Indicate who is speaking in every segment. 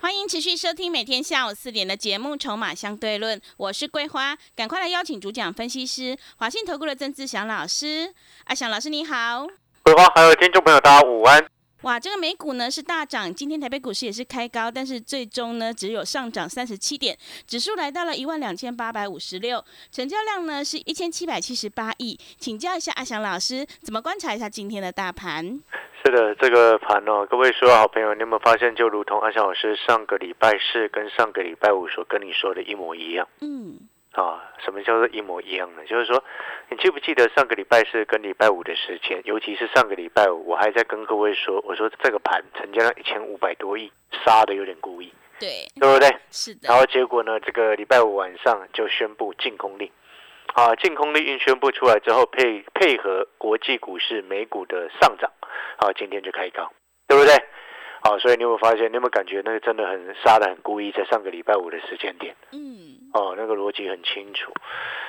Speaker 1: 欢迎持续收听每天下午四点的节目《筹码相对论》，我是桂花，赶快来邀请主讲分析师华信投顾的曾志祥老师。阿祥老师你好，
Speaker 2: 桂花，还有听众朋友，大家午安。
Speaker 1: 哇，这个美股呢是大涨，今天台北股市也是开高，但是最终呢只有上涨三十七点，指数来到了一万两千八百五十六，成交量呢是一千七百七十八亿。请教一下阿祥老师，怎么观察一下今天的大盘？
Speaker 2: 是的，这个盘哦，各位所有好朋友，你有没有发现，就如同阿翔老师上个礼拜四跟上个礼拜五所跟你说的一模一样
Speaker 1: 嗯，
Speaker 2: 啊？什么叫做一模一样呢？就是说，你记不记得上个礼拜四跟礼拜五的时间，尤其是上个礼拜五，我还在跟各位说，我说这个盘成交量一千五百多亿，杀的有点故意，
Speaker 1: 对，
Speaker 2: 对不对？
Speaker 1: 是的
Speaker 2: 然，后结果呢，这个礼拜五晚上就宣布禁空令。啊，禁空令一宣布出来之后，配配合国际股市美股的上涨，啊，今天就开高，对不对？啊，所以你有没有发现，你有没有感觉那个真的很杀的很故意，在上个礼拜五的时间点，
Speaker 1: 嗯，
Speaker 2: 哦，那个逻辑很清楚。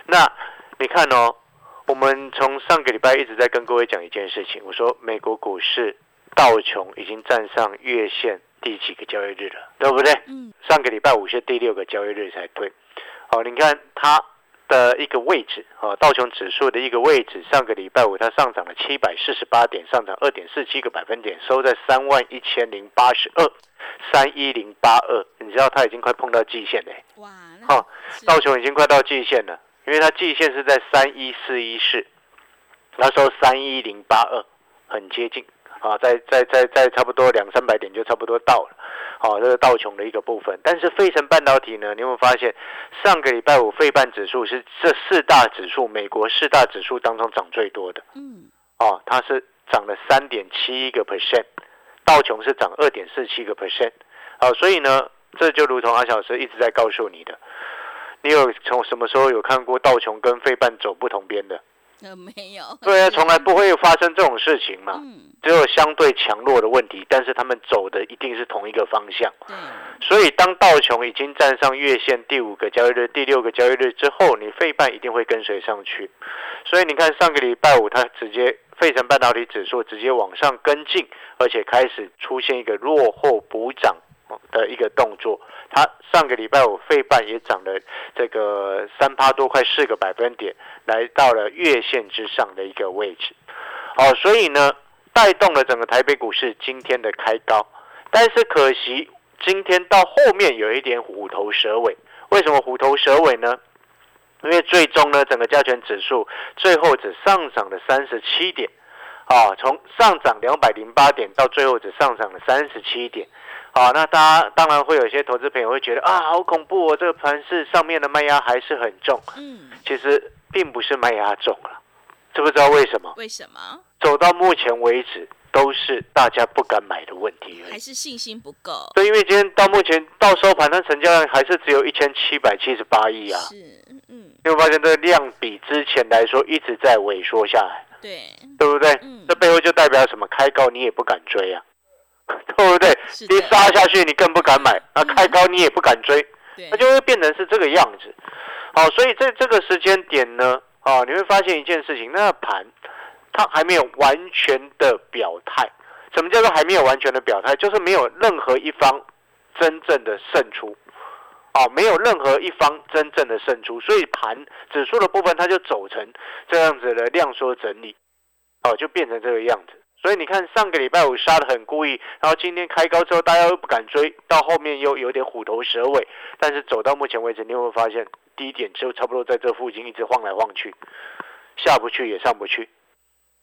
Speaker 2: 那你看哦，我们从上个礼拜一直在跟各位讲一件事情，我说美国股市道琼已经站上月线第几个交易日了，对不对？
Speaker 1: 嗯，
Speaker 2: 上个礼拜五是第六个交易日才对。哦，你看它的一个位置，哦，道琼指数的一个位置，上个礼拜五它上涨了七百四十八点，上涨二点四七个百分点，收在三万一千零八十二，三一零八二。你知道它已经快碰到季线嘞，
Speaker 1: 哇，那
Speaker 2: 哦，
Speaker 1: 是
Speaker 2: 道琼已经快到季线了，因为它季线是在三一四一四，那时候三一零八二，很接近啊，在在在在差不多两三百点就差不多到了，好、这是道琼的一个部分。但是费城半导体呢，你有没有发现上个礼拜五费半指数是这四大指数美国四大指数当中涨最多的
Speaker 1: 嗯，
Speaker 2: 哦，它是涨了三点七一个 percent，道琼是涨二点四七个 percent，好，所以呢，这就如同阿小时一直在告诉你的。你有从什么时候有看过道琼跟费半走不同边的？
Speaker 1: 呃，没有，
Speaker 2: 对啊，从来不会发生这种事情嘛。
Speaker 1: 嗯，
Speaker 2: 只有相对强弱的问题，但是他们走的一定是同一个方向。
Speaker 1: 对，
Speaker 2: 所以当道琼已经站上月线第五个交易日、第六个交易日之后，你费半一定会跟随上去。所以你看上个礼拜五，它直接费城半导体指数直接往上跟进，而且开始出现一个落后补涨。哦的一个动作，它上个礼拜五费半也涨了这个三趴多，快四个百分点，来到了月线之上的一个位置。哦，所以呢，带动了整个台北股市今天的开高，但是可惜今天到后面有一点虎头蛇尾。为什么虎头蛇尾呢？因为最终呢，整个加权指数最后只上涨了三十七点，啊，从上涨两百零八点到最后只上涨了三十七点，啊，那大家当然会有些投资朋友会觉得啊，好恐怖哦，这个盘是上面的卖压还是很重，
Speaker 1: 嗯，
Speaker 2: 其实并不是卖压重了，知不知道为什么？
Speaker 1: 为什么？
Speaker 2: 走到目前为止都是大家不敢买的问题而
Speaker 1: 还
Speaker 2: 已。
Speaker 1: 是信心不够？
Speaker 2: 对，因为今天到目前到收盘，它成交量还是只有一千七百七十八亿啊。
Speaker 1: 是，嗯，
Speaker 2: 你会发现这个量比之前来说一直在萎缩下来，
Speaker 1: 对，
Speaker 2: 对不对？
Speaker 1: 嗯
Speaker 2: 这背后就代表什么？开高你也不敢追啊， 对不对？
Speaker 1: 是的嗯
Speaker 2: 你，杀下去你更不敢买，那开高你也不敢追，
Speaker 1: 对
Speaker 2: 那，就会变成是这个样子。好、所以在这个时间点呢，啊，你会发现一件事情，那个盘它还没有完全的表态。什么叫做还没有完全的表态？就是没有任何一方真正的胜出，啊，没有任何一方真正的胜出，所以盘指数的部分它就走成这样子的量缩整理，哦、就变成这个样子。所以你看，上个礼拜五杀的很故意，然后今天开高之后，大家又不敢追，到后面又有点虎头蛇尾，但是走到目前为止，你有没有发现低点就差不多在这附近一直晃来晃去，下不去也上不去。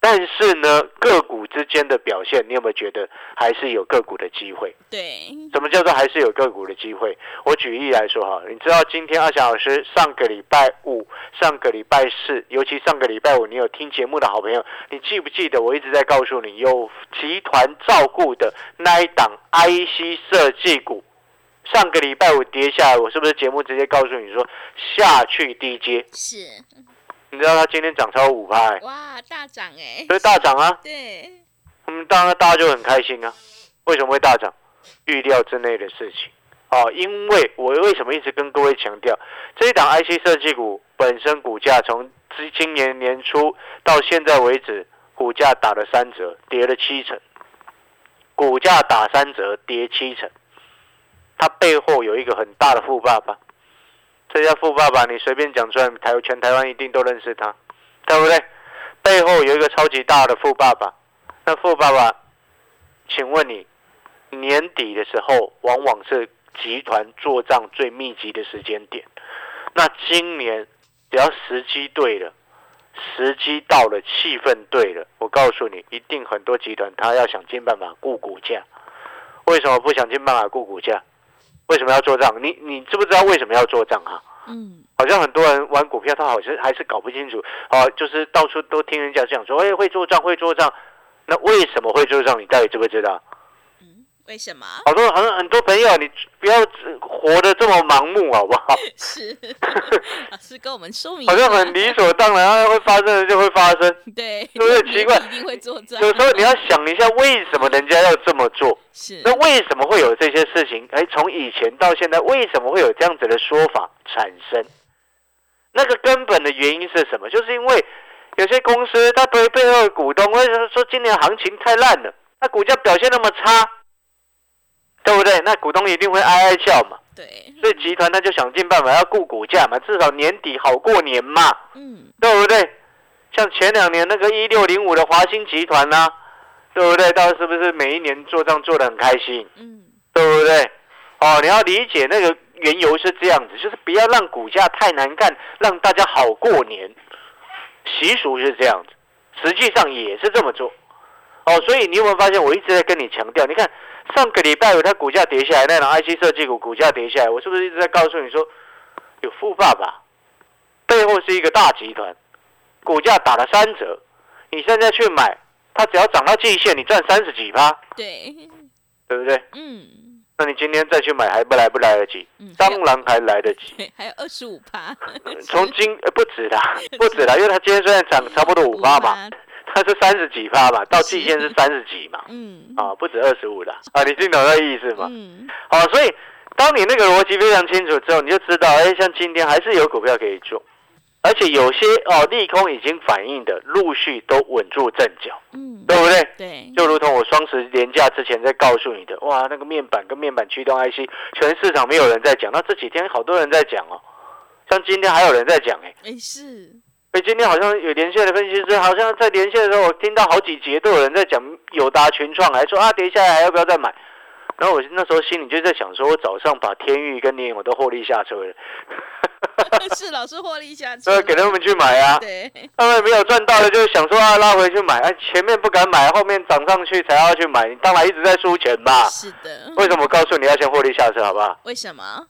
Speaker 2: 但是呢，个股之间的表现，你有没有觉得还是有个股的机会？
Speaker 1: 对，
Speaker 2: 什么叫做还是有个股的机会？我举例来说哈，你知道今天阿翔老师上个礼拜五、上个礼拜四，尤其上个礼拜五，你有听节目的好朋友，你记不记得我一直在告诉你，有集团照顾的那一档 IC 设计股上个礼拜五跌下来，我是不是节目直接告诉你说下去低接？
Speaker 1: 是，
Speaker 2: 你知道它今天涨超五趴、欸，
Speaker 1: 哇，大涨哎、
Speaker 2: 所以大涨啊，
Speaker 1: 对，
Speaker 2: 嗯，当然大家就很开心啊。为什么会大涨？预料之内的事情。哦，因为我为什么一直跟各位强调，这一档 IC 设计股本身股价从今今年年初到现在为止，股价打了三折，跌了七成。股价打三折，跌七成，它背后有一个很大的富爸爸。这家富爸爸，你随便讲出来，台全台湾一定都认识他，对不对？背后有一个超级大的富爸爸。那富爸爸，请问你，年底的时候往往是集团做账最密集的时间点。那今年只要时机对了，时机到了，气氛对了，我告诉你，一定很多集团他要想尽办法顾股价。为什么不想尽办法顾股价？为什么要做账？你你知不知道为什么要做账啊？
Speaker 1: 嗯，
Speaker 2: 好像很多人玩股票，他好像还是搞不清楚，啊，就是到处都听人家讲说，哎、会做账，会做账。那为什么会做账？你到底知不知道？
Speaker 1: 嗯为什 么？
Speaker 2: 好多好像很多朋友，你不要呃活得这么盲目，好不好？
Speaker 1: 是，老师跟我们说明一下，
Speaker 2: 好像很理所当然，啊会发生的就会发生。
Speaker 1: 对，
Speaker 2: 对不对奇怪
Speaker 1: 一定会做账，
Speaker 2: 有时候你要想一下，为什么人家要这么做？
Speaker 1: 是
Speaker 2: 那为什么会有这些事情？哎，从以前到现在，为什么会有这样子的说法产生？那个根本的原因是什么？就是因为有些公司它背背后的股东为什么说今年行情太烂了，那股价表现那么差，对不对？那股东一定会哀哀叫嘛。
Speaker 1: 对，
Speaker 2: 所以集团他就想尽办法要顾股价嘛，至少年底好过年嘛。
Speaker 1: 嗯，
Speaker 2: 对不对？像前两年那个一六零五的华兴集团呢、对不对？到底是不是每一年做账做得很开心，
Speaker 1: 嗯，
Speaker 2: 对不对？哦，你要理解那个缘由是这样子，就是不要让股价太难看，让大家好过年。习俗是这样子，实际上也是这么做。哦，所以你有没有发现，我一直在跟你强调？你看上个礼拜五它股价跌下来，那档 IC 设计股股价跌下来，我是不是一直在告诉你说，有富爸爸背后是一个大集团，股价打了三折，你现在去买，它只要涨到季线，你赚三十几趴，
Speaker 1: 对，
Speaker 2: 对不对？
Speaker 1: 嗯，
Speaker 2: 那你今天再去买，还不来不来得及？
Speaker 1: 嗯，还
Speaker 2: 当
Speaker 1: 有
Speaker 2: 然还来得 及，
Speaker 1: 对，还有二十五趴，
Speaker 2: 从今、呃、不止啦， 不止啦，因为它今天虽然涨差不多五趴嗯嘛，，它是三十几趴嘛，到季线是三十几嘛，
Speaker 1: 嗯，
Speaker 2: 啊，不止二十五啦，啊，你听懂那意思吗？
Speaker 1: 嗯，
Speaker 2: 好，所以当你那个逻辑非常清楚之后，你就知道，哎，像今天还是有股票可以做，而且有些哦利空已经反应的，陆续都稳住阵脚，
Speaker 1: 嗯，
Speaker 2: 对不对？
Speaker 1: 对，
Speaker 2: 就如同我双十连假之前在告诉你的，哇，那个面板跟面板驱动 IC，全市场没有人在讲，那这几天好多人在讲哦，像今天还有人在讲哎、
Speaker 1: 哎是，
Speaker 2: 哎，今天好像有连线的分析师，好像在连线的时候，我听到好几节都有人在讲友达群创，还说啊跌下来还要不要再买？然后我那时候心里就在想，说我早上把天域跟联友都获利下车了，
Speaker 1: 是老师获利下车
Speaker 2: 所以
Speaker 1: 了，
Speaker 2: 给他们去买啊。
Speaker 1: 对，
Speaker 2: 他们没有赚到的，就想说啊拉回去买，哎，前面不敢买，后面涨上去才要去买，你当然一直在输钱嘛。
Speaker 1: 是的，
Speaker 2: 为什么我告诉你要先获利下车，好不好？
Speaker 1: 为什么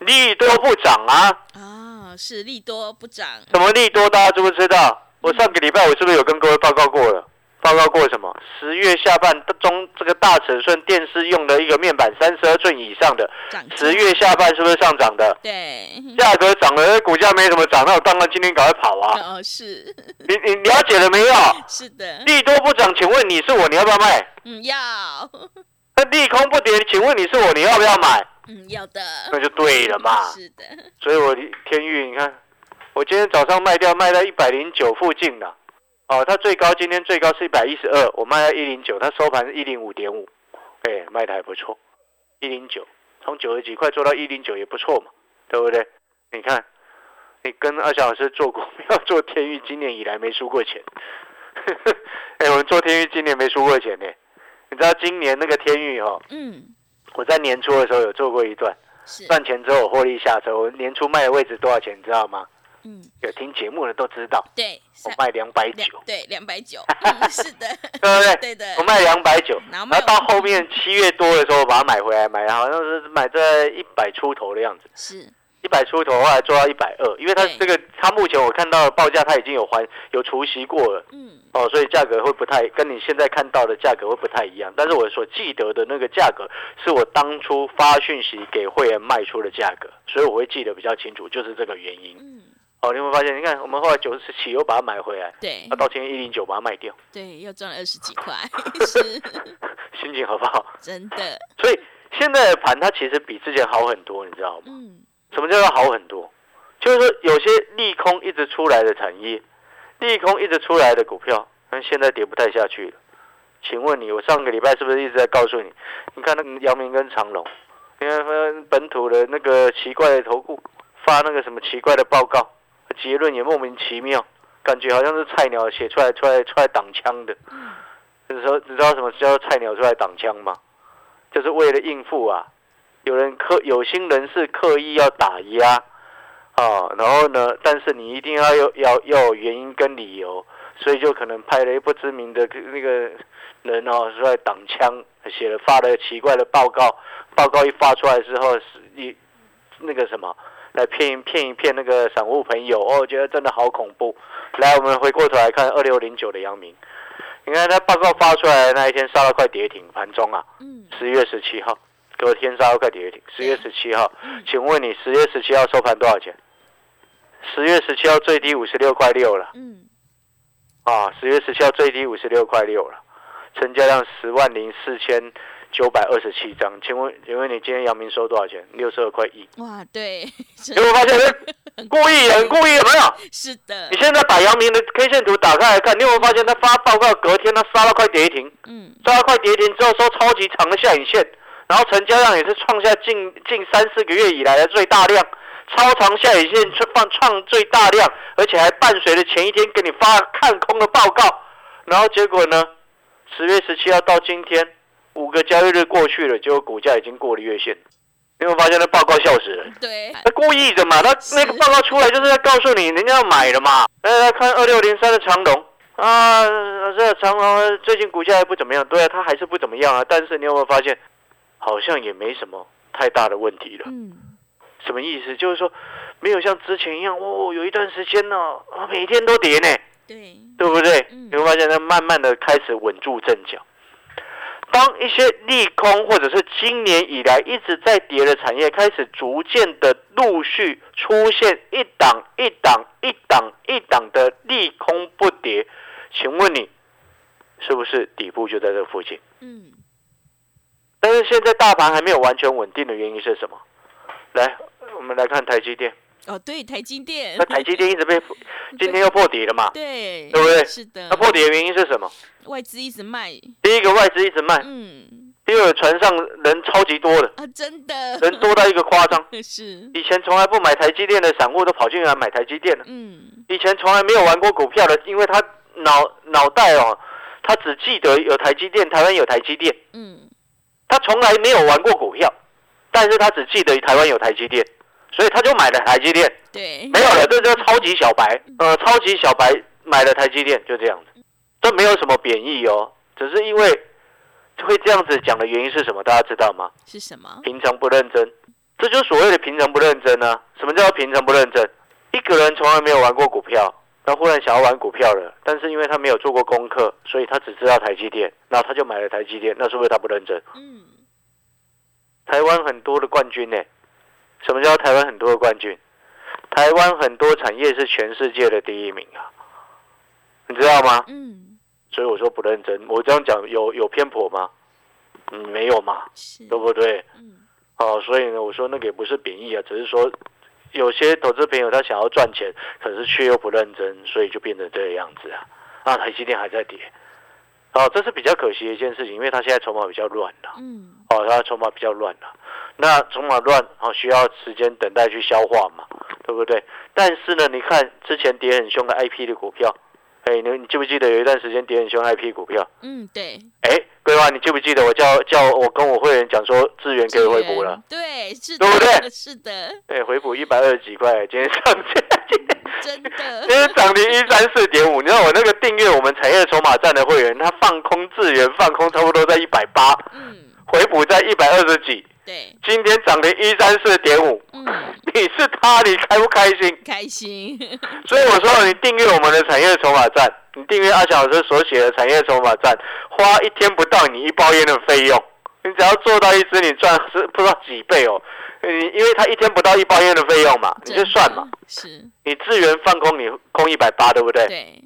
Speaker 2: 利多不涨啊，
Speaker 1: 啊？是利多不涨，
Speaker 2: 什么利多大家知不知道？我上个礼拜我是不是有跟各位报告过了？报告过什么？十月下半中这个大尺寸电视用的一个面板，三十二寸以上的，
Speaker 1: 涨价
Speaker 2: 十月下半是不是上涨的？
Speaker 1: 对，
Speaker 2: 价格涨了，哎股价没怎么涨，那我当然今天赶快跑啊！
Speaker 1: 哦是
Speaker 2: 你你了解了没有？
Speaker 1: 是的，
Speaker 2: 利多不涨，请问你是我，你要不要卖？
Speaker 1: 嗯要，
Speaker 2: 那利空不跌，请问你是我，你要不要买？
Speaker 1: 嗯要的，
Speaker 2: 那就对了嘛。
Speaker 1: 是的，
Speaker 2: 所以我天域，你看，我今天早上卖掉，卖到一百零九附近了。哦，它最高今天最高是一百一十二，我卖到一零九，它收盘是一零五点五，哎，卖的还不错，一零九，从九十几块做到一零九也不错嘛，对不对？你看，你跟阿翔老师做股票做天域，今年以来没输过钱。 哎，我们做天域今年没输过钱呢。你知道今年那个天域哦，
Speaker 1: 嗯
Speaker 2: 我在年初的时候有做过一段，
Speaker 1: 是，
Speaker 2: 赚钱之后我获利下车，我年初卖的位置多少钱，你知道吗？
Speaker 1: 嗯
Speaker 2: 有听节目的都知道，
Speaker 1: 对
Speaker 2: 我
Speaker 1: 三
Speaker 2: 卖两百
Speaker 1: 两
Speaker 2: 九，
Speaker 1: 对两百 九，嗯是的，
Speaker 2: 对不对？
Speaker 1: 对的
Speaker 2: 我，卖两百九，
Speaker 1: 然后
Speaker 2: 然
Speaker 1: 卖
Speaker 2: 后到后面七月多的时候，我把它买回来，买好像是买在一百出头的样子。
Speaker 1: 是
Speaker 2: 一百出头，后来做到一百二，因为它
Speaker 3: 对
Speaker 2: 这个它目前我看到的报价它已经有还有除息过了
Speaker 3: 嗯，
Speaker 2: 哦，所以价格会不太跟你现在看到的价格会不太一样。但是我所记得的那个价格是我当初发讯息给会员卖出的价格，所以我会记得比较清楚，就是这个原因。
Speaker 3: 嗯，
Speaker 2: 哦，你有没有发现？你看我们后来九十七又把它买回来，
Speaker 3: 对
Speaker 1: 哎
Speaker 2: 那到今天一零九把它卖掉，
Speaker 3: 对，又赚了二十几块，是
Speaker 2: 心情好不好？
Speaker 3: 真的。
Speaker 2: 所以现在的盘它其实比之前好很多，你知道吗？
Speaker 3: 嗯，
Speaker 2: 什么叫做好很多？就是说有些利空一直出来的产业，利空一直出来的股票，但现在跌不太下去了。请问你，我上个礼拜是不是一直在告诉你？你看那个姚明跟长隆，因为本土的那个奇怪的投顾发那个什么奇怪的报告，结论也莫名其妙，感觉好像是菜鸟写出来出来出来挡枪的。你知道你知道什么叫菜鸟出来挡枪吗？就是为了应付啊，有人刻有心人士刻意要打压啊，然后呢，但是你一定要有要要有原因跟理由，所以就可能派了一不知名的那个人哦出来挡枪，写了发了奇怪的报告，报告一发出来之后是一那个什么。来骗一骗一骗那个散户朋友哦，我觉得真的好恐怖。来，我们回过头来看二六零九的阳明，你看他报告发出来的那一天杀了快跌停，盘中啊，
Speaker 3: 嗯，
Speaker 2: 十月十七号，隔天杀到快跌停。十月十七号，请问你十月十七号收盘多少钱？十月十七号最低五十六块六了
Speaker 3: 嗯，
Speaker 2: 啊！十月十七号最低五十六块六了，成交量十万零四千九百二十七张。请问，请问你今天阳明收多少钱？六十二块一。
Speaker 3: 哇，对，
Speaker 1: 嗯
Speaker 3: 真
Speaker 2: 有没有发现？故意的，很故意，有没有？
Speaker 3: 是的
Speaker 2: 你，现在把阳明的 K 线图打开来看，你有没有发现他发报告隔天他杀到快跌停？
Speaker 3: 嗯，
Speaker 2: 抓到快跌停之后收超级长的下影线，然后成交量也是创下近近三四个月以来的最大量，超长下影线创放创最大量，而且还伴随着前一天给你发看空的报告，然后结果呢，十月十七号到今天五个交易日过去了，结果股价已经过了月线，你有没有发现那报告笑死人？
Speaker 3: 对，
Speaker 2: 他故意的嘛，他那个报告出来就是在告诉你人家要买的嘛。来来看二六零三的长龙啊，这长龙最近股价也不怎么样，对啊，它还是不怎么样啊。但是你有没有发现，好像也没什么太大的问题了？
Speaker 3: 嗯，
Speaker 2: 什么意思？就是说没有像之前一样哦，有一段时间呢、啊，每天都跌呢。
Speaker 3: 对，
Speaker 2: 对不对？
Speaker 3: 嗯
Speaker 2: 你会发现它慢慢的开始稳住阵脚。当一些利空或者是今年以来一直在跌的产业开始逐渐的陆续出现一档一档一档一档的利空不跌，请问你是不是底部就在这附近？
Speaker 3: 嗯，
Speaker 2: 但是现在大盘还没有完全稳定的原因是什么？来，我们来看台积电，
Speaker 3: 哦，对，台积电
Speaker 2: 那，台积电一直被今天又破底了嘛？
Speaker 3: 对，
Speaker 2: 对不对
Speaker 3: 是的
Speaker 2: 那，哎破底的原因是什么？
Speaker 3: 外资一直卖，
Speaker 2: 第一个外资一直卖，
Speaker 3: 嗯，
Speaker 2: 第二个船上人超级多的，
Speaker 3: 啊，真的，
Speaker 2: 人多到一个夸张。
Speaker 3: 是，
Speaker 2: 以前从来不买台积电的散户都跑进来买台积电了。
Speaker 3: 嗯，
Speaker 2: 以前从来没有玩过股票的，因为他脑脑袋哦，他只记得有台积电，台湾有台积电，
Speaker 3: 嗯，
Speaker 2: 他从来没有玩过股票，但是他只记得台湾有台积电，所以他就买了台积电。
Speaker 3: 对，
Speaker 2: 没有了，这叫超级小白，呃，超级小白买了台积电，就这样子，这没有什么贬义哦，只是因为会这样子讲的原因是什么？大家知道吗？
Speaker 3: 是什么？
Speaker 2: 平常不认真，这就是所谓的平常不认真啊。什么叫平常不认真？一个人从来没有玩过股票，那忽然想要玩股票了，但是因为他没有做过功课，所以他只知道台积电，然后他就买了台积电，那是不是他不认真？
Speaker 3: 嗯，
Speaker 2: 台湾很多的冠军呢、什么叫台湾很多的冠军？台湾很多产业是全世界的第一名啊，你知道吗？
Speaker 3: 嗯，
Speaker 2: 所以我说不认真，我这样讲有有偏颇吗？嗯，没有嘛，
Speaker 3: 是，
Speaker 2: 对不对？
Speaker 3: 嗯，
Speaker 2: 哦，所以呢，我说那个也不是贬义啊，只是说有些投资朋友他想要赚钱，可是却又不认真，所以就变成这个样子啊。啊，台积电还在跌，哦，这是比较可惜的一件事情，因为它现在筹码比较乱了、
Speaker 3: 嗯，
Speaker 2: 哦，它的筹码比较乱了、那筹码乱，哦，需要时间等待去消化嘛，对不对？但是呢，你看之前跌很凶的 IP 的股票，哎，你你记不记得有一段时间跌很凶的 IP 股票？
Speaker 3: 嗯，对，
Speaker 2: 哎，桂花，你记不记得我叫叫我跟我会员讲说资源可以回补
Speaker 3: 资
Speaker 2: 了
Speaker 3: 源？，对，是的，
Speaker 2: 对不对
Speaker 3: 是的，
Speaker 2: 对，哎回补一百二十几块，今天上去，
Speaker 3: 嗯真
Speaker 2: 今
Speaker 3: 的，
Speaker 2: 天涨停一三四点五。你知道我那个订阅我们产业筹码站的会员，他放空智源，放空差不多在一百八。
Speaker 3: 嗯，
Speaker 2: 回补在一百二十几，
Speaker 3: 对，
Speaker 2: 今天涨了一三四点五，
Speaker 3: 嗯，
Speaker 2: 你是他，你开不开心？
Speaker 3: 开心，
Speaker 2: 所以我说，你订阅我们的产业筹码站，你订阅阿翔老师所写的产业筹码站，花一天不到你一包烟的费用，你只要做到一支，你赚是不知道几倍哦。你因为他一天不到一包烟的费用嘛，你就算嘛，
Speaker 3: 是，
Speaker 2: 你资源放空你空一百八，对不对？
Speaker 3: 对，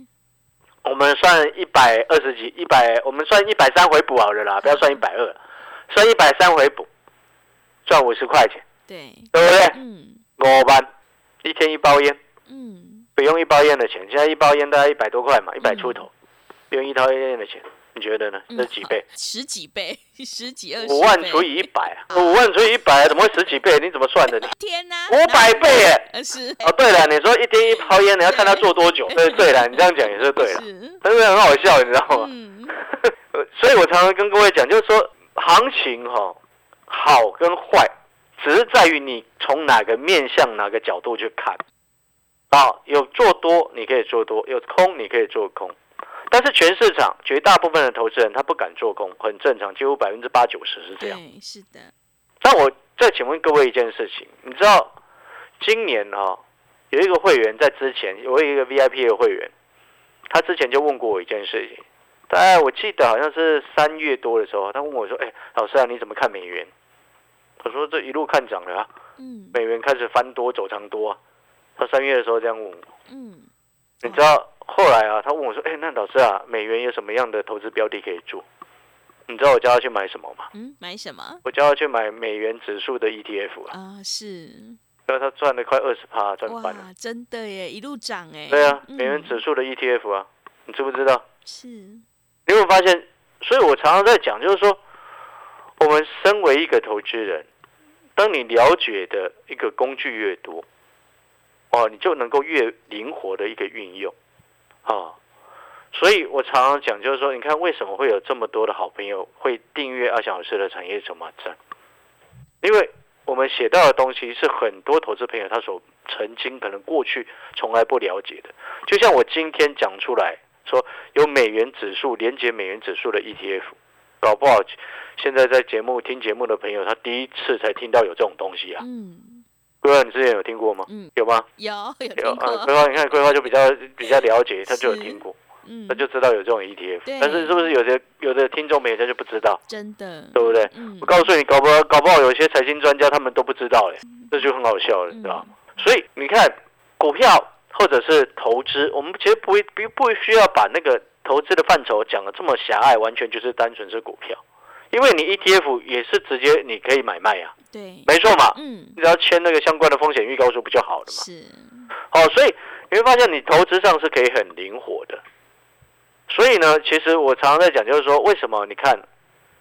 Speaker 2: 我们算一百二十几，一百，我们算一百三回补好了啦，
Speaker 3: 嗯
Speaker 2: 不要算一百二，算一百三回补，赚五十块钱，
Speaker 3: 对，
Speaker 2: 对不对？
Speaker 3: 嗯
Speaker 2: 五万，一天一包烟，
Speaker 3: 嗯，
Speaker 2: 不用一包烟的钱，现在一包烟大概一百多块嘛，一百出头，不用一包烟的钱，你觉得呢？
Speaker 3: 嗯
Speaker 2: 这几倍？
Speaker 3: 好 十几倍，十几二十倍，
Speaker 2: 五万除以一百啊，五万除以一百、怎么会十几倍？你怎么算的？你
Speaker 3: 天呐，
Speaker 2: 五百倍耶！
Speaker 3: 呃 是，
Speaker 2: 哦，对了，你说一天一包烟，你要看他做多久？对对了，你这样讲也是对哦了，
Speaker 3: 是，
Speaker 2: 但是很好笑，你知道吗？
Speaker 3: 嗯，
Speaker 2: 呃所以我常常跟各位讲，就是说行情哈、好跟坏，只是在于你从哪个面向、哪个角度去看。啊，有做多你可以做多，有空你可以做空，但是全市场绝大部分的投资人他不敢做空，很正常，几乎百分之八九十是这样。
Speaker 3: 对，是的，
Speaker 2: 那我再请问各位一件事情，你知道今年哈、有一个会员在之前，我有一个 VIP 的会员，他之前就问过我一件事情，大概我记得好像是三月多的时候，他问我说：“哎、老师啊，你怎么看美元？”我说：“这一路看涨了啊，
Speaker 3: 嗯
Speaker 2: 美元开始翻多走长多啊。”他三月的时候这样问我，
Speaker 3: 嗯，
Speaker 2: 你知道后来啊，他问我说：“哎、那老师啊，美元有什么样的投资标的可以做？”你知道我叫他去买什么吗？
Speaker 3: 嗯，买什么
Speaker 2: 我叫他去买美元指数的 ETF 啊。
Speaker 3: 啊？是，
Speaker 2: 对啊，他赚了快二十趴，赚翻了。
Speaker 3: 哇，真的耶，一路涨哎，
Speaker 2: 对啊，
Speaker 3: 嗯
Speaker 2: 美元指数的 ETF 啊，你知不知道？
Speaker 3: 是，
Speaker 2: 你有没有发现？所以我常常在讲，就是说，我们身为一个投资人，当你了解的一个工具越多，哦，你就能够越灵活的一个运用，啊、所以我常常讲，就是说，你看为什么会有这么多的好朋友会订阅阿啊翔老师的产业筹码站？因为我们写到的东西是很多投资朋友他所曾经可能过去从来不了解的，就像我今天讲出来说有美元指数连接美元指数的 ETF，搞不好现在在节目听节目的朋友他第一次才听到有这种东西啊。
Speaker 3: 嗯，
Speaker 2: 规划你之前有听过吗？
Speaker 3: 嗯，
Speaker 2: 有吗？
Speaker 3: 有有
Speaker 2: 有
Speaker 3: 听
Speaker 2: 啊，
Speaker 3: 过，
Speaker 2: 规划你看规划就比较比较 了解，他就有
Speaker 3: 是
Speaker 2: 听过，
Speaker 3: 嗯
Speaker 2: 他，就知道有这种 ETF
Speaker 3: 对。
Speaker 2: 但是是不是有的有的听众朋友他就不知道，
Speaker 3: 真的，
Speaker 2: 对不对？
Speaker 3: 嗯
Speaker 2: 我，告诉你，搞不好搞不好有些财经专家他们都不知道嘞，欸
Speaker 3: 嗯
Speaker 2: 这就很好笑了，你知道吗？所以你看，股票或者是投资，我们其实不会不不需要把那个投资的范畴讲的这么狭隘，完全就是单纯是股票，因为你 ETF 也是直接你可以买卖呀、
Speaker 3: 对，
Speaker 2: 没错嘛，
Speaker 3: 嗯，
Speaker 2: 你只要签那个相关的风险预告书不就好了嘛？
Speaker 3: 是，
Speaker 2: 好，哦所以你会发现你投资上是可以很灵活的。所以呢，其实我常常在讲，就是说为什么你看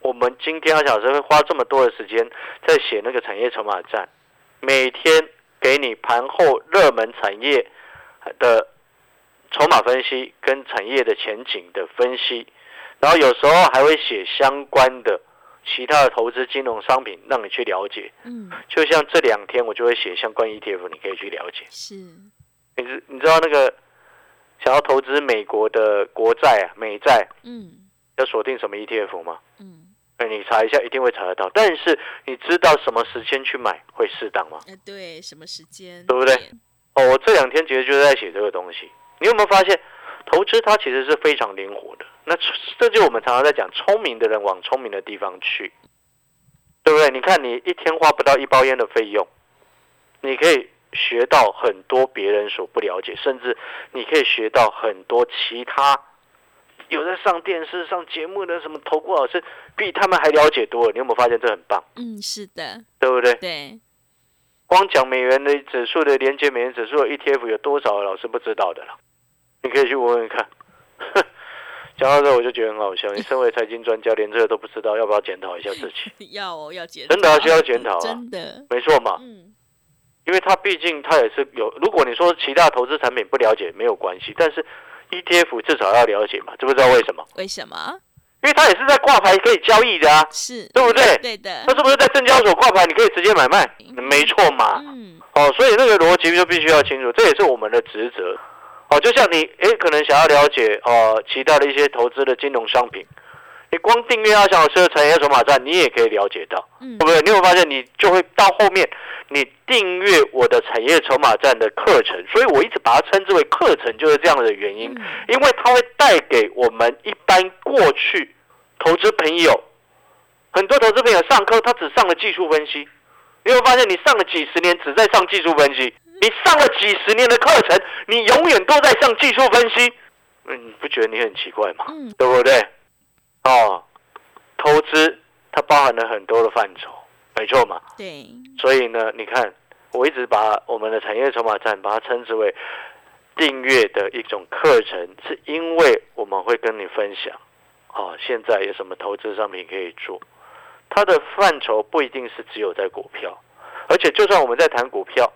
Speaker 2: 我们今天阿小时会花这么多的时间在写那个产业筹码站，每天给你盘后热门产业的筹码分析跟产业的前景的分析，然后有时候还会写相关的其他的投资金融商品让你去了解。
Speaker 3: 嗯，
Speaker 2: 就像这两天我就会写相关 ETF，你可以去了解。
Speaker 3: 是，
Speaker 2: 你知你知道那个想要投资美国的国债啊、美债，
Speaker 3: 嗯
Speaker 2: 要锁定什么 ETF 吗？
Speaker 3: 嗯，
Speaker 2: 哎，你查一下，一定会查得到。但是你知道什么时间去买会适当吗？
Speaker 3: 呃，对，什么时间？
Speaker 2: 对不对？哦，我这两天其实就是在写这个东西。你有没有发现，投资它其实是非常灵活的？那这这就是我们常常在讲，聪明的人往聪明的地方去，对不对？你看，你一天花不到一包烟的费用，你可以学到很多别人所不了解，甚至你可以学到很多其他有在上电视、上节目的什么投顾老师比他们还了解多了。你有没有发现这很棒？
Speaker 3: 嗯，是的，
Speaker 2: 对不对？
Speaker 3: 对，
Speaker 2: 光讲美元的指数的连接美元指数的 ETF 有多少老师不知道的了？你可以去问问看。 讲到这我就觉得很好笑，你身为财经专家，连这个都不知道，要不要检讨一下自己？
Speaker 3: 要哦，要检讨，
Speaker 2: 真的啊需要检讨啊啊
Speaker 3: 真的，
Speaker 2: 没错嘛，
Speaker 3: 嗯，
Speaker 2: 因为它毕竟它也是有，如果你说其他投资产品不了解没有关系，但是 ETF 至少要了解嘛，知不知道为什么？
Speaker 3: 为什么？
Speaker 2: 因为它也是在挂牌可以交易的啊，
Speaker 3: 是，
Speaker 2: 对不对
Speaker 3: 对的
Speaker 2: 它，是不是在证交所挂牌你可以直接买卖？没错嘛，
Speaker 3: 嗯，
Speaker 2: 哦，所以那个逻辑就必须要清楚，这也是我们的职责。哦，就像你诶，可能想要了解哦其他的一些投资的金融商品，你光订阅阿翔老师的产业筹码站，你也可以了解到，
Speaker 3: 嗯
Speaker 2: 对不对？你有没有发现，你就会到后面，你订阅我的产业筹码站的课程，所以我一直把它称之为课程，就是这样的原因，
Speaker 3: 嗯
Speaker 2: 因为它会带给我们一般过去投资朋友，很多投资朋友上课他只上了技术分析，你会发现你上了几十年只在上技术分析，你上了几十年的课程，你永远都在上技术分析，嗯，你不觉得你很奇怪吗？
Speaker 3: 嗯
Speaker 2: 对不对？哦，投资它包含了很多的范畴，没错嘛。
Speaker 3: 对，
Speaker 2: 所以呢，你看，我一直把我们的产业筹码站把它称之为订阅的一种课程，是因为我们会跟你分享，哦，现在有什么投资商品可以做，它的范畴不一定是只有在股票，而且就算我们在谈股票，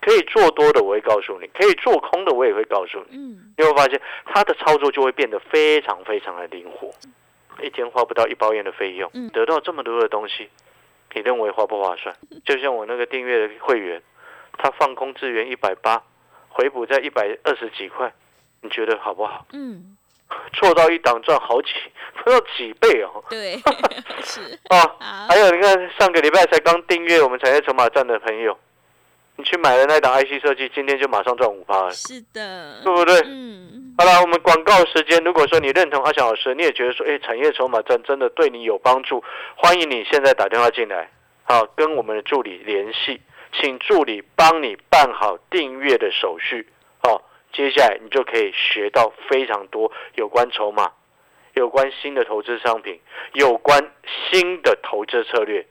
Speaker 2: 可以做多的我会告诉你，可以做空的我也会告诉你。
Speaker 3: 嗯
Speaker 2: 你会发现它的操作就会变得非常非常的灵活，一天花不到一包烟的费用
Speaker 3: 嗯，
Speaker 2: 得到这么多的东西，你认为划不划算？
Speaker 3: 嗯
Speaker 2: 就像我那个订阅的会员，他放空资源一百八，回补在一百二十几块，你觉得好不好？
Speaker 3: 嗯，
Speaker 2: 错到一档赚好几，不知道几倍哦。
Speaker 3: 对， 是
Speaker 2: 哦，
Speaker 3: 好，
Speaker 2: 还有你看上个礼拜才刚订阅我们产业筹码站的朋友，你去买了那档 IC 设计，今天就马上赚五趴了，
Speaker 3: 是的，
Speaker 2: 对不对？
Speaker 3: 嗯，
Speaker 2: 好了，我们广告时间。如果说你认同阿翔老师，你也觉得说，哎，产业筹码战真的对你有帮助，欢迎你现在打电话进来，好，跟我们的助理联系，请助理帮你办好订阅的手续，好，接下来你就可以学到非常多有关筹码、有关新的投资商品、有关新的投资策略、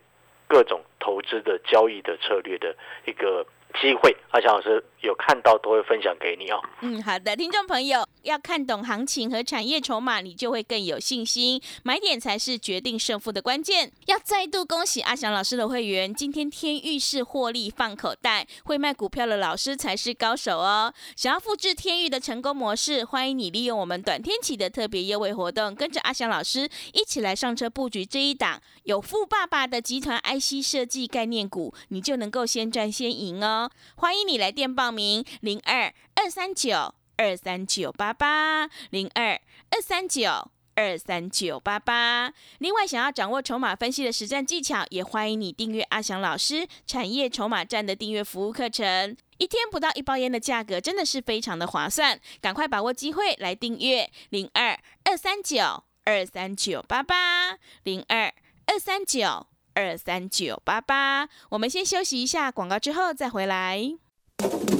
Speaker 2: 各种投资的交易的策略的一个机会。阿翔老师有看到都会分享给你哦。
Speaker 1: 嗯，好的，听众朋友，要看懂行情和产业筹码，你就会更有信心，买点才是决定胜负的关键。要再度恭喜阿翔老师的会员，今天天域是获利放口袋，会卖股票的老师才是高手哦。想要复制天域的成功模式，欢迎你利用我们短天启的特别优惠活动，跟着阿翔老师一起来上车布局这一档有富爸爸的集团 IC 设计概念股，你就能够先赚先赢哦。欢迎你来电报名零二二三九二三九八八零二二三九。二三九八八。另外，想要掌握筹码分析的实战技巧，也欢迎你订阅阿翔老师产业筹码站的订阅服务课程。一天不到一包烟的价格，真的是非常的划算，赶快把握机会来订阅零二二三九二三九八八零二二三九二三九八八。我们先休息一下广告，之后再回来。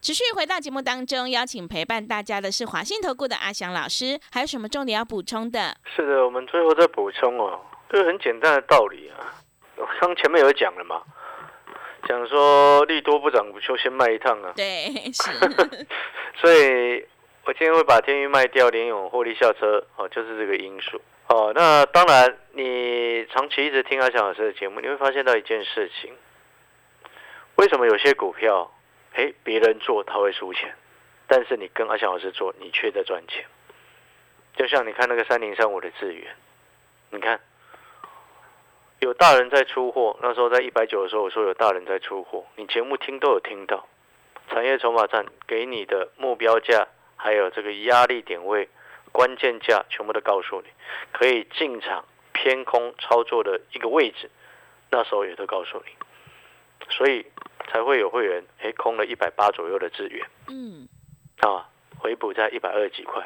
Speaker 1: 持续回到节目当中，邀请陪伴大家的是华信投顾的阿翔老师，还有什么重点要补充 的？
Speaker 2: 是的，我们最后再补充哦，这个很简单的道理啊。我刚前面有讲了嘛，讲说利多不涨就先卖一趟啊，
Speaker 1: 对，是
Speaker 2: 所以我今天会把天域卖掉，联勇获利下车哦，就是这个因素哦。那当然，你长期一直听阿翔老师的节目，你会发现到一件事情：为什么有些股票，哎，别人做他会输钱，但是你跟阿翔老师做，你却在赚钱。就像你看那个三零三五的智源，你看有大人在出货，那时候在一百九的时候，我说有大人在出货，你节目听都有听到。产业筹码站给你的目标价，还有这个压力点位、关键价，全部都告诉你，可以进场偏空操作的一个位置，那时候也都告诉你，所以才会有会员诶空了一百八左右的资源
Speaker 3: 嗯
Speaker 2: 啊，回补在一百二几块。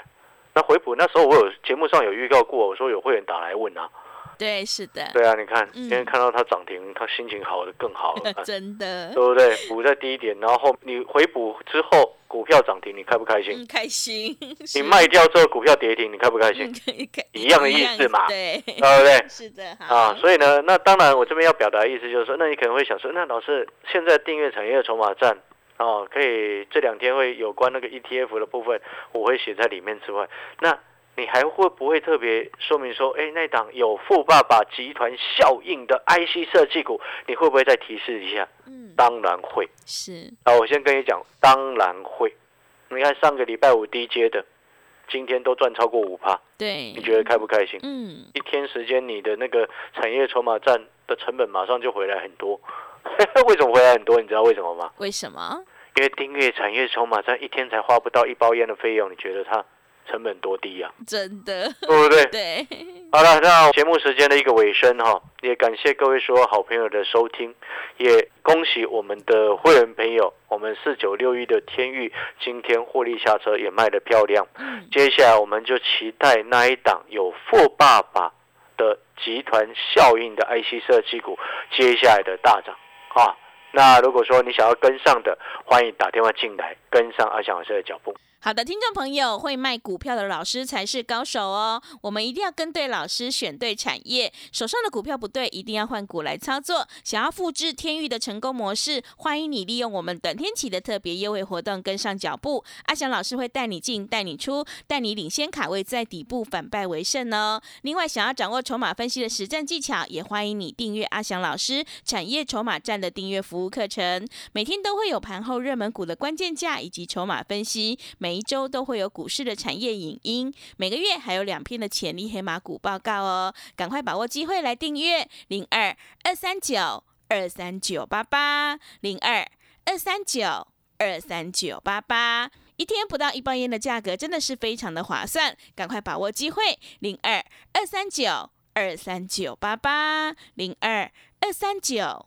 Speaker 2: 那回补那时候我有节目上有预告过，我说有会员打来问啊，
Speaker 3: 对，是的，
Speaker 2: 对啊，你看
Speaker 3: 嗯，
Speaker 2: 今天看到它涨停，他心情好的更好了
Speaker 3: 真 的
Speaker 2: 对，不对？补在低点，然后后你回补之后股票涨停，你开不开心？
Speaker 3: 嗯，开心，
Speaker 2: 你
Speaker 3: 是
Speaker 2: 卖掉之后股票跌停，你开不开心
Speaker 3: 嗯？可以可 以
Speaker 2: 一样的意思嘛
Speaker 3: 对，
Speaker 2: 对不对？
Speaker 3: 嗯是的，
Speaker 2: 啊
Speaker 3: 好，，
Speaker 2: 所以呢，那当然我这边要表达的意思就是说，那你可能会想说，那老师现在订阅产业的筹码站哦，E 可以这两天会有关那个 ETF 的部分，我会写在里面之外，那你还会不会特别说明说，哎，那档有富爸爸集团效应的 IC 设计股，你会不会再提示一下？
Speaker 3: 嗯，
Speaker 2: 当然会。
Speaker 3: 是，
Speaker 2: 啊，我先跟你讲，当然会。你看上个礼拜五低阶的，今天都赚超过五趴，
Speaker 1: 嗯
Speaker 3: 对
Speaker 2: 你，觉得开不开心？
Speaker 3: 嗯，
Speaker 2: 一天时间，你的那个产业筹码战的成本马上就回来很多。 为什么回来很多？你知道为什么吗？
Speaker 3: 为什么？
Speaker 2: 因为订阅产业筹码战一天才花不到一包烟的费用，你觉得它成本多低啊呀、
Speaker 3: 真 的，
Speaker 2: 对不对？
Speaker 3: 对，
Speaker 2: 好了，那节目时间的一个尾声哈，也感谢各位所有好朋友的收听，也恭喜我们的会员朋友，我们四九六一的天域今天获利下车也卖得漂亮，
Speaker 3: 嗯，
Speaker 2: 接下来我们就期待那一档有富爸爸的集团效应的 IC 设计股接下来的大涨啊。那如果说你想要跟上的，欢迎打电话进来跟上阿翔老师的脚步。
Speaker 1: 好的，听众朋友，会卖股票的老师才是高手哦。我们一定要跟对老师，选对产业。手上的股票不对，一定要换股来操作。想要复制天域的成功模式，欢迎你利用我们短天期的特别优惠活动跟上脚步。阿翔老师会带你进，带你出，带你领先卡位，在底部反败为胜哦。另外，想要掌握筹码分析的实战技巧，也欢迎你订阅阿翔老师产业筹码站的订阅服务课程。每天都会有盘后热门股的关键价以及筹码分析，每一周都会有股市的产业影音，每个月还有两篇的潜力黑马股报告哦，赶快把握机会来订阅零二二三九二三九八八零二二三九二三九八八。一天不到一包烟的价格，真的是非常的划算，赶快把握机会！零二二三九二三九八八零二二三九